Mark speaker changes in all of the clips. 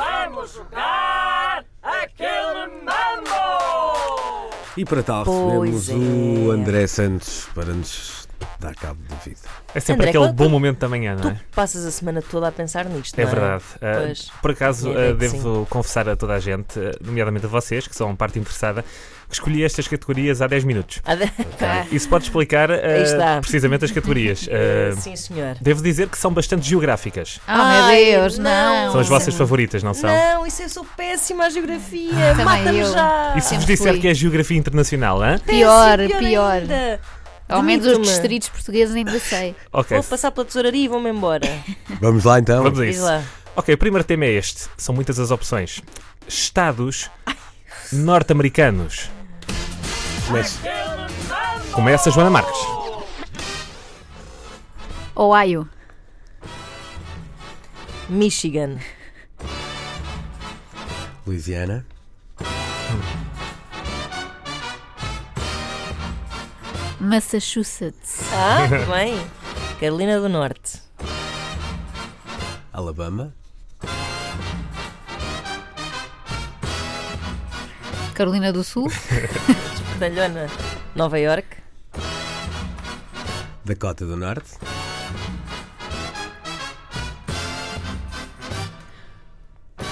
Speaker 1: Vamos jogar aquele mambo!
Speaker 2: E para tal
Speaker 3: Pois
Speaker 2: recebemos
Speaker 3: é.
Speaker 2: o André Santos para nos dar cabo da vida.
Speaker 4: É sempre
Speaker 3: André,
Speaker 4: aquele
Speaker 3: qual-
Speaker 4: bom
Speaker 3: tu-
Speaker 4: momento da manhã,
Speaker 3: Tu
Speaker 4: não é?
Speaker 3: passas a semana toda a pensar nisto,
Speaker 4: É
Speaker 3: não
Speaker 4: verdade. Ah,
Speaker 3: Pois.
Speaker 4: por acaso,
Speaker 3: Tinha
Speaker 4: ah,
Speaker 3: ideia que
Speaker 4: devo confessar a toda a gente, ah, nomeadamente a vocês, que são parte interessada, que escolhi estas categorias há 10 minutos.
Speaker 3: Ah, de-
Speaker 4: Isso pode explicar ah,
Speaker 3: está.
Speaker 4: precisamente as categorias. Ah,
Speaker 3: Sim, senhor.
Speaker 4: devo dizer que são bastante geográficas.
Speaker 5: Oh, meu
Speaker 3: Ai,
Speaker 5: Deus, não.
Speaker 3: não.
Speaker 4: São as vossas favoritas, não são?
Speaker 3: Não, isso eu sou péssima à geografia.
Speaker 5: Ah, Também
Speaker 3: Mata-me
Speaker 5: eu.
Speaker 3: já.
Speaker 4: E se vos
Speaker 5: Sempre
Speaker 4: disser
Speaker 5: fui.
Speaker 4: que é geografia internacional, hã?
Speaker 5: Pior,
Speaker 3: Péssimo,
Speaker 5: pior.
Speaker 3: ainda.
Speaker 5: Ao menos os
Speaker 3: Demito-me.
Speaker 5: distritos portugueses ainda sei.
Speaker 4: Ok,
Speaker 3: Vou passar pela tesouraria e vou-me embora.
Speaker 2: Vamos lá então?
Speaker 4: vamos a
Speaker 3: Diz
Speaker 4: isso.
Speaker 3: lá.
Speaker 4: Ok, o primeiro tema é este. São muitas as opções. Estados norte-americanos.
Speaker 2: Mas
Speaker 4: Começa Joana Marques.
Speaker 5: Ohio,
Speaker 3: Michigan,
Speaker 2: Louisiana,
Speaker 5: Massachusetts,
Speaker 3: Ah, bem. Carolina do Norte,
Speaker 2: Alabama,
Speaker 5: Carolina do Sul,
Speaker 3: Talhona, Nova York,
Speaker 2: Dakota do Norte,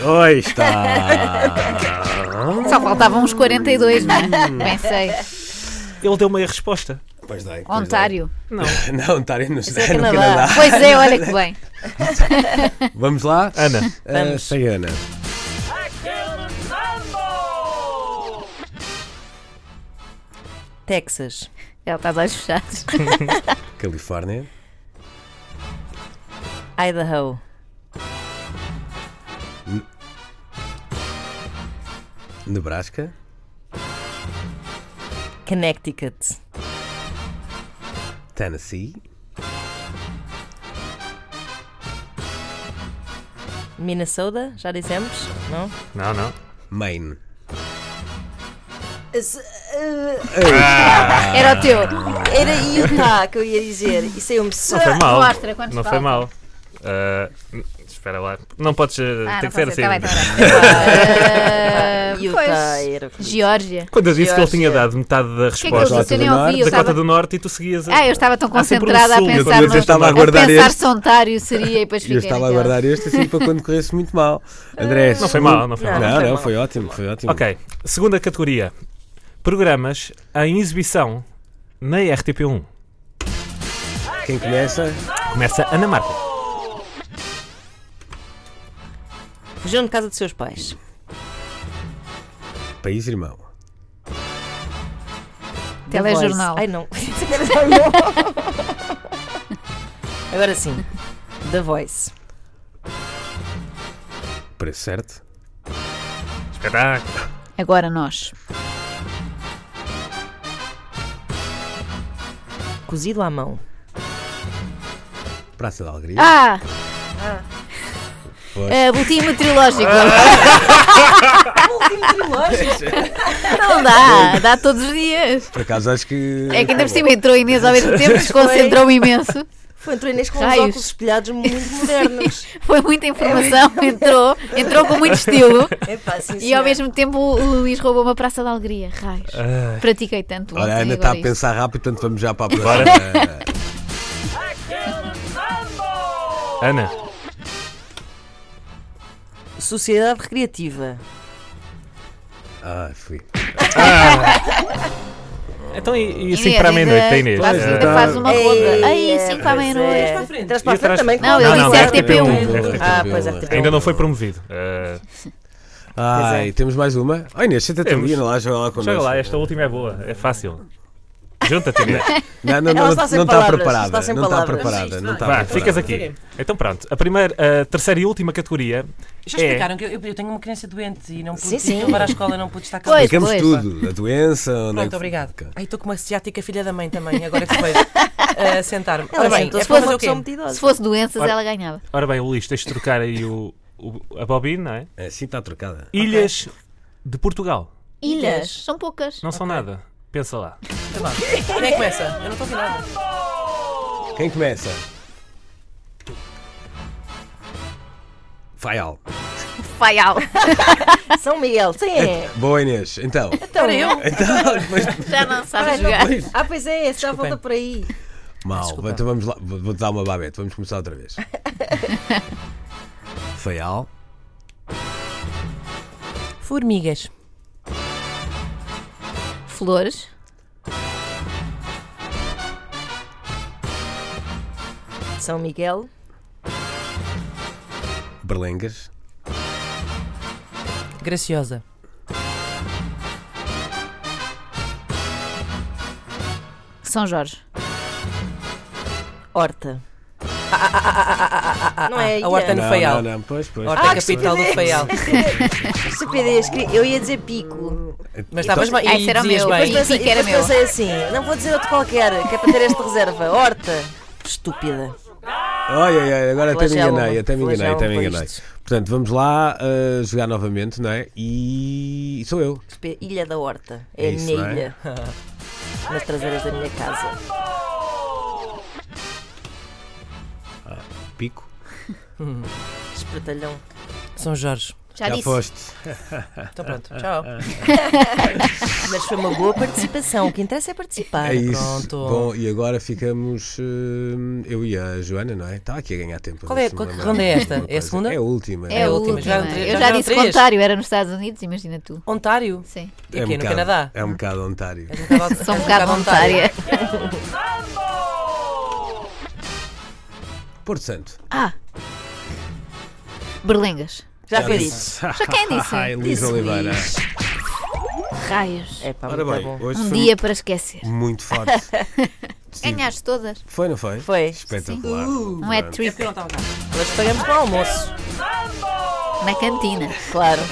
Speaker 2: Oi está!
Speaker 5: só faltavam uns 42, não é? Bem sei.
Speaker 4: Ele deu meia resposta.
Speaker 2: Pois dá, pois
Speaker 5: Ontário.
Speaker 2: dá. Não, Ontário nos
Speaker 3: é
Speaker 2: dá no
Speaker 3: Canadá.
Speaker 2: Canadá.
Speaker 5: Pois é, olha que bem.
Speaker 2: Vamos lá?
Speaker 4: Ana,
Speaker 2: Ah,
Speaker 3: Vamos.
Speaker 2: Sem Ana.
Speaker 1: Aquele mambo!
Speaker 3: Texas,
Speaker 5: Ela está de olhos fechados.
Speaker 2: Califórnia,
Speaker 3: Idaho,
Speaker 2: Nebraska,
Speaker 3: Connecticut,
Speaker 2: Tennessee,
Speaker 3: Minnesota, já dissemos? Não?
Speaker 4: não, não.
Speaker 2: Maine.
Speaker 5: Era o teu.
Speaker 3: Era Utah que eu ia dizer. Isso é um aí eu me
Speaker 4: Não foi mal.
Speaker 5: Ah, Mostra quantos
Speaker 4: não foi
Speaker 5: faltam.
Speaker 4: mal. Ah, espera lá. Não podes. ah,
Speaker 5: Ah,
Speaker 4: tem
Speaker 5: não
Speaker 4: que ser assim.
Speaker 5: pode ser. Tá bem, tá bem. Ah,
Speaker 3: Utah
Speaker 5: Pois.
Speaker 3: era.
Speaker 5: Geórgia.
Speaker 4: Quando eu disse que ele
Speaker 3: Geórgia.
Speaker 4: tinha dado metade da
Speaker 5: O que é que eu
Speaker 4: resposta
Speaker 2: Dakota
Speaker 5: disse? Eu
Speaker 2: do
Speaker 5: nem
Speaker 2: Norte.
Speaker 5: ouvi. Eu
Speaker 4: Dakota
Speaker 5: estava...
Speaker 4: do Norte e tu seguias. a-
Speaker 5: Ah, eu estava tão
Speaker 4: Há sempre um
Speaker 5: concentrada a
Speaker 4: sul. Eu
Speaker 5: pensar
Speaker 2: eu
Speaker 5: no...
Speaker 2: estava a
Speaker 5: A
Speaker 2: guardar
Speaker 5: pensar
Speaker 2: este.
Speaker 5: se Ontário seria e depois
Speaker 2: E eu
Speaker 5: fiquei
Speaker 2: estava a
Speaker 5: naquela.
Speaker 2: guardar este assim para quando corresse muito mal. André,
Speaker 4: Não foi mal, não foi
Speaker 2: Não,
Speaker 4: mal.
Speaker 2: não,
Speaker 3: Não, não
Speaker 2: foi ótimo, foi ótimo.
Speaker 4: Ok, segunda categoria: programas em exibição na RTP1.
Speaker 2: Quem começa?
Speaker 4: Começa Ana Marco.
Speaker 3: Fugiram de casa dos seus pais.
Speaker 2: País irmão.
Speaker 3: The
Speaker 5: Telejornal.
Speaker 3: Voice. Ai não. Agora sim. The Voice.
Speaker 2: Preço certo?
Speaker 4: Espetáculo.
Speaker 5: Agora nós.
Speaker 3: Cozido à mão.
Speaker 2: Praça da Alegria.
Speaker 5: Ah!
Speaker 2: Pois.
Speaker 5: Ah, boletim meteorológico. Não dá, dá todos os dias.
Speaker 2: Por acaso acho que.
Speaker 5: É que ainda por cima entrou a Inês ao mesmo tempo, desconcentrou-me imenso.
Speaker 3: Foi, entrou Inês com uns
Speaker 5: Raios.
Speaker 3: óculos espelhados muito modernos.
Speaker 5: Foi muita informação,
Speaker 4: É
Speaker 5: entrou, entrou com muito estilo.
Speaker 3: Epá, sim,
Speaker 5: E ao
Speaker 3: senhora.
Speaker 5: mesmo tempo o Luís roubou uma praça da alegria. Raios.
Speaker 4: Ah.
Speaker 5: Pratiquei tanto.
Speaker 2: Olha, a Ana
Speaker 5: ontem,
Speaker 2: está a
Speaker 5: agora
Speaker 3: é
Speaker 5: isto.
Speaker 2: pensar rápido, portanto vamos já para a próxima.
Speaker 4: Bora.
Speaker 2: Ah,
Speaker 4: Ana,
Speaker 3: Sociedade Recreativa.
Speaker 2: Ah, fui.
Speaker 4: então e, e assim
Speaker 5: Inês,
Speaker 4: para a meia-noite,
Speaker 5: ainda-
Speaker 4: da Inês?
Speaker 5: Faz,
Speaker 4: Ah,
Speaker 5: ainda faz uma
Speaker 3: Ei,
Speaker 5: ronda. Aí,
Speaker 3: é,
Speaker 5: 5 para a
Speaker 3: pois é.
Speaker 5: meia-noite.
Speaker 3: Traz para a
Speaker 4: E atrás-
Speaker 3: frente também?
Speaker 5: tá Não,
Speaker 3: claro.
Speaker 5: ele
Speaker 4: não,
Speaker 5: disse
Speaker 4: RTP1.
Speaker 5: RTP1.
Speaker 3: Ah, pois é, RTP1.
Speaker 4: Ainda não foi promovido. Ah,
Speaker 2: Ai, temos mais uma. Ai, Inês, senta-te
Speaker 4: Temos.
Speaker 2: ali, anda lá, joga lá connosco.
Speaker 4: chega lá, esta última é boa, é fácil. Junta-te, Inês.
Speaker 2: Não, não, não,
Speaker 3: Ela
Speaker 2: não,
Speaker 3: está sem
Speaker 2: está
Speaker 3: palavras,
Speaker 2: preparada.
Speaker 3: está sem
Speaker 2: não está
Speaker 3: palavras.
Speaker 2: preparada. Não está
Speaker 4: Vá,
Speaker 2: preparada.
Speaker 4: ficas aqui. Então pronto, a primeira, a terceira e última categoria
Speaker 1: Já
Speaker 4: é
Speaker 1: explicaram que eu, eu tenho uma criança doente e não pude
Speaker 3: Sim, sim.
Speaker 1: ir para a escola, não pude estar com
Speaker 5: Pois,
Speaker 2: Ficamos
Speaker 5: pois.
Speaker 2: tudo. A doença. onde é
Speaker 1: Pronto,
Speaker 2: que-
Speaker 1: obrigado.
Speaker 2: Ok.
Speaker 1: Ai, estou com uma asiática filha da mãe também, agora que vejo a sentar-me.
Speaker 3: Ela
Speaker 1: Ora bem, é
Speaker 3: sentou-se um com
Speaker 1: para
Speaker 3: uma
Speaker 1: fazer o quê?
Speaker 3: pessoa muito idosa.
Speaker 5: Se fosse doenças,
Speaker 4: Ora-
Speaker 5: ela ganhava.
Speaker 4: Ora bem, Luís, tens de trocar aí o, o- a bobina, não é?
Speaker 2: Assim está trocada.
Speaker 4: Ilhas de Portugal.
Speaker 5: Ilhas, são poucas.
Speaker 4: Não são nada. Pensa lá.
Speaker 1: Sei lá. Quem é que começa? Eu não estou a ouvir nada.
Speaker 2: Quem começa? Faial.
Speaker 5: Faial.
Speaker 3: São Miguel, sim é.
Speaker 2: Boa Inês, então.
Speaker 3: Então,
Speaker 1: Era eu?
Speaker 2: Então, depois.
Speaker 5: Já não
Speaker 3: Ah,
Speaker 5: sabes
Speaker 3: não.
Speaker 5: jogar.
Speaker 2: depois-
Speaker 3: Ah, pois é, se dá a volta por aí.
Speaker 2: Mal,
Speaker 1: Desculpa.
Speaker 2: então vamos lá, vou vou-te dar uma babete, vamos começar outra vez. Feial,
Speaker 1: Formigas.
Speaker 5: Flores.
Speaker 3: São Miguel,
Speaker 2: berlengas,
Speaker 1: Graciosa.
Speaker 5: São Jorge.
Speaker 3: Horta.
Speaker 5: Ah,
Speaker 3: não é?
Speaker 1: a horta
Speaker 3: Ian?
Speaker 1: No
Speaker 2: não,
Speaker 1: Faial.
Speaker 2: Não, não, pois, pois. Ah,
Speaker 1: Horta capital do Faial.
Speaker 5: ah.
Speaker 3: Estupidez, queria- eu ia dizer pico.
Speaker 1: Mas estavas bem.
Speaker 5: Esse
Speaker 1: E
Speaker 5: Então, era o
Speaker 1: dizias
Speaker 5: meu.
Speaker 1: bem.
Speaker 5: Mas não- Pico
Speaker 3: e
Speaker 5: era
Speaker 3: depois
Speaker 5: meu.
Speaker 3: pensei assim, não vou dizer outro qualquer, que é para ter esta reserva. Horta. Estúpida.
Speaker 2: Olha, olha, agora até me
Speaker 3: Flagelo-me,
Speaker 2: enganei, até me enganei, até me
Speaker 3: flagelo-me
Speaker 2: enganei.
Speaker 3: com isto.
Speaker 2: Portanto, vamos lá uh, jogar novamente, não é? E sou eu.
Speaker 3: Espe- Ilha da Horta. É,
Speaker 2: É
Speaker 3: a
Speaker 2: isso,
Speaker 3: minha
Speaker 2: não é?
Speaker 3: ilha. Nas traseiras da minha casa.
Speaker 2: Pico.
Speaker 3: Espetalhão.
Speaker 1: São Jorge.
Speaker 5: Já, disse.
Speaker 2: foste.
Speaker 1: Então pronto, tchau.
Speaker 2: Ah,
Speaker 3: Mas foi uma boa participação. O que interessa é participar.
Speaker 2: É isso.
Speaker 1: pronto.
Speaker 2: Bom, e agora ficamos uh, eu e a Joana, não é? Estava aqui a ganhar tempo.
Speaker 1: Qual é-
Speaker 2: a ver se me
Speaker 1: qual- que
Speaker 2: lembro
Speaker 1: ronda é
Speaker 2: de
Speaker 1: esta?
Speaker 2: alguma
Speaker 1: É a
Speaker 2: coisa.
Speaker 1: segunda?
Speaker 2: É a última.
Speaker 5: É a
Speaker 1: a
Speaker 5: última.
Speaker 1: última, já não-
Speaker 5: Eu
Speaker 1: já
Speaker 5: já
Speaker 1: não
Speaker 5: disse
Speaker 1: três.
Speaker 5: Ontário, era nos Estados Unidos, imagina tu.
Speaker 1: Ontário.
Speaker 5: Sim.
Speaker 1: E
Speaker 2: um
Speaker 1: aqui no
Speaker 2: bocado-
Speaker 1: Canadá.
Speaker 2: É um bocado Ontário.
Speaker 1: És um bocado-
Speaker 5: Sou um
Speaker 1: és
Speaker 5: bocado Ontária.
Speaker 2: Porto Santo.
Speaker 5: Ah! Berlengas.
Speaker 3: Já foi isso.
Speaker 5: Já quem disse?
Speaker 2: Ai, Luís
Speaker 3: Disse
Speaker 2: Oliveira. Tá
Speaker 3: Luís.
Speaker 5: Raios.
Speaker 3: É pá,
Speaker 2: Ora
Speaker 3: muito
Speaker 2: bem,
Speaker 3: bom.
Speaker 2: hoje
Speaker 5: Um
Speaker 2: foi
Speaker 5: dia para esquecer.
Speaker 2: muito forte. Sim.
Speaker 5: Ganhaste todas.
Speaker 2: Foi, não foi?
Speaker 3: Foi.
Speaker 2: Espetacular.
Speaker 5: Um hat-trick
Speaker 1: Ontário.
Speaker 3: Hoje pagamos para o almoço.
Speaker 5: na cantina.
Speaker 3: Claro.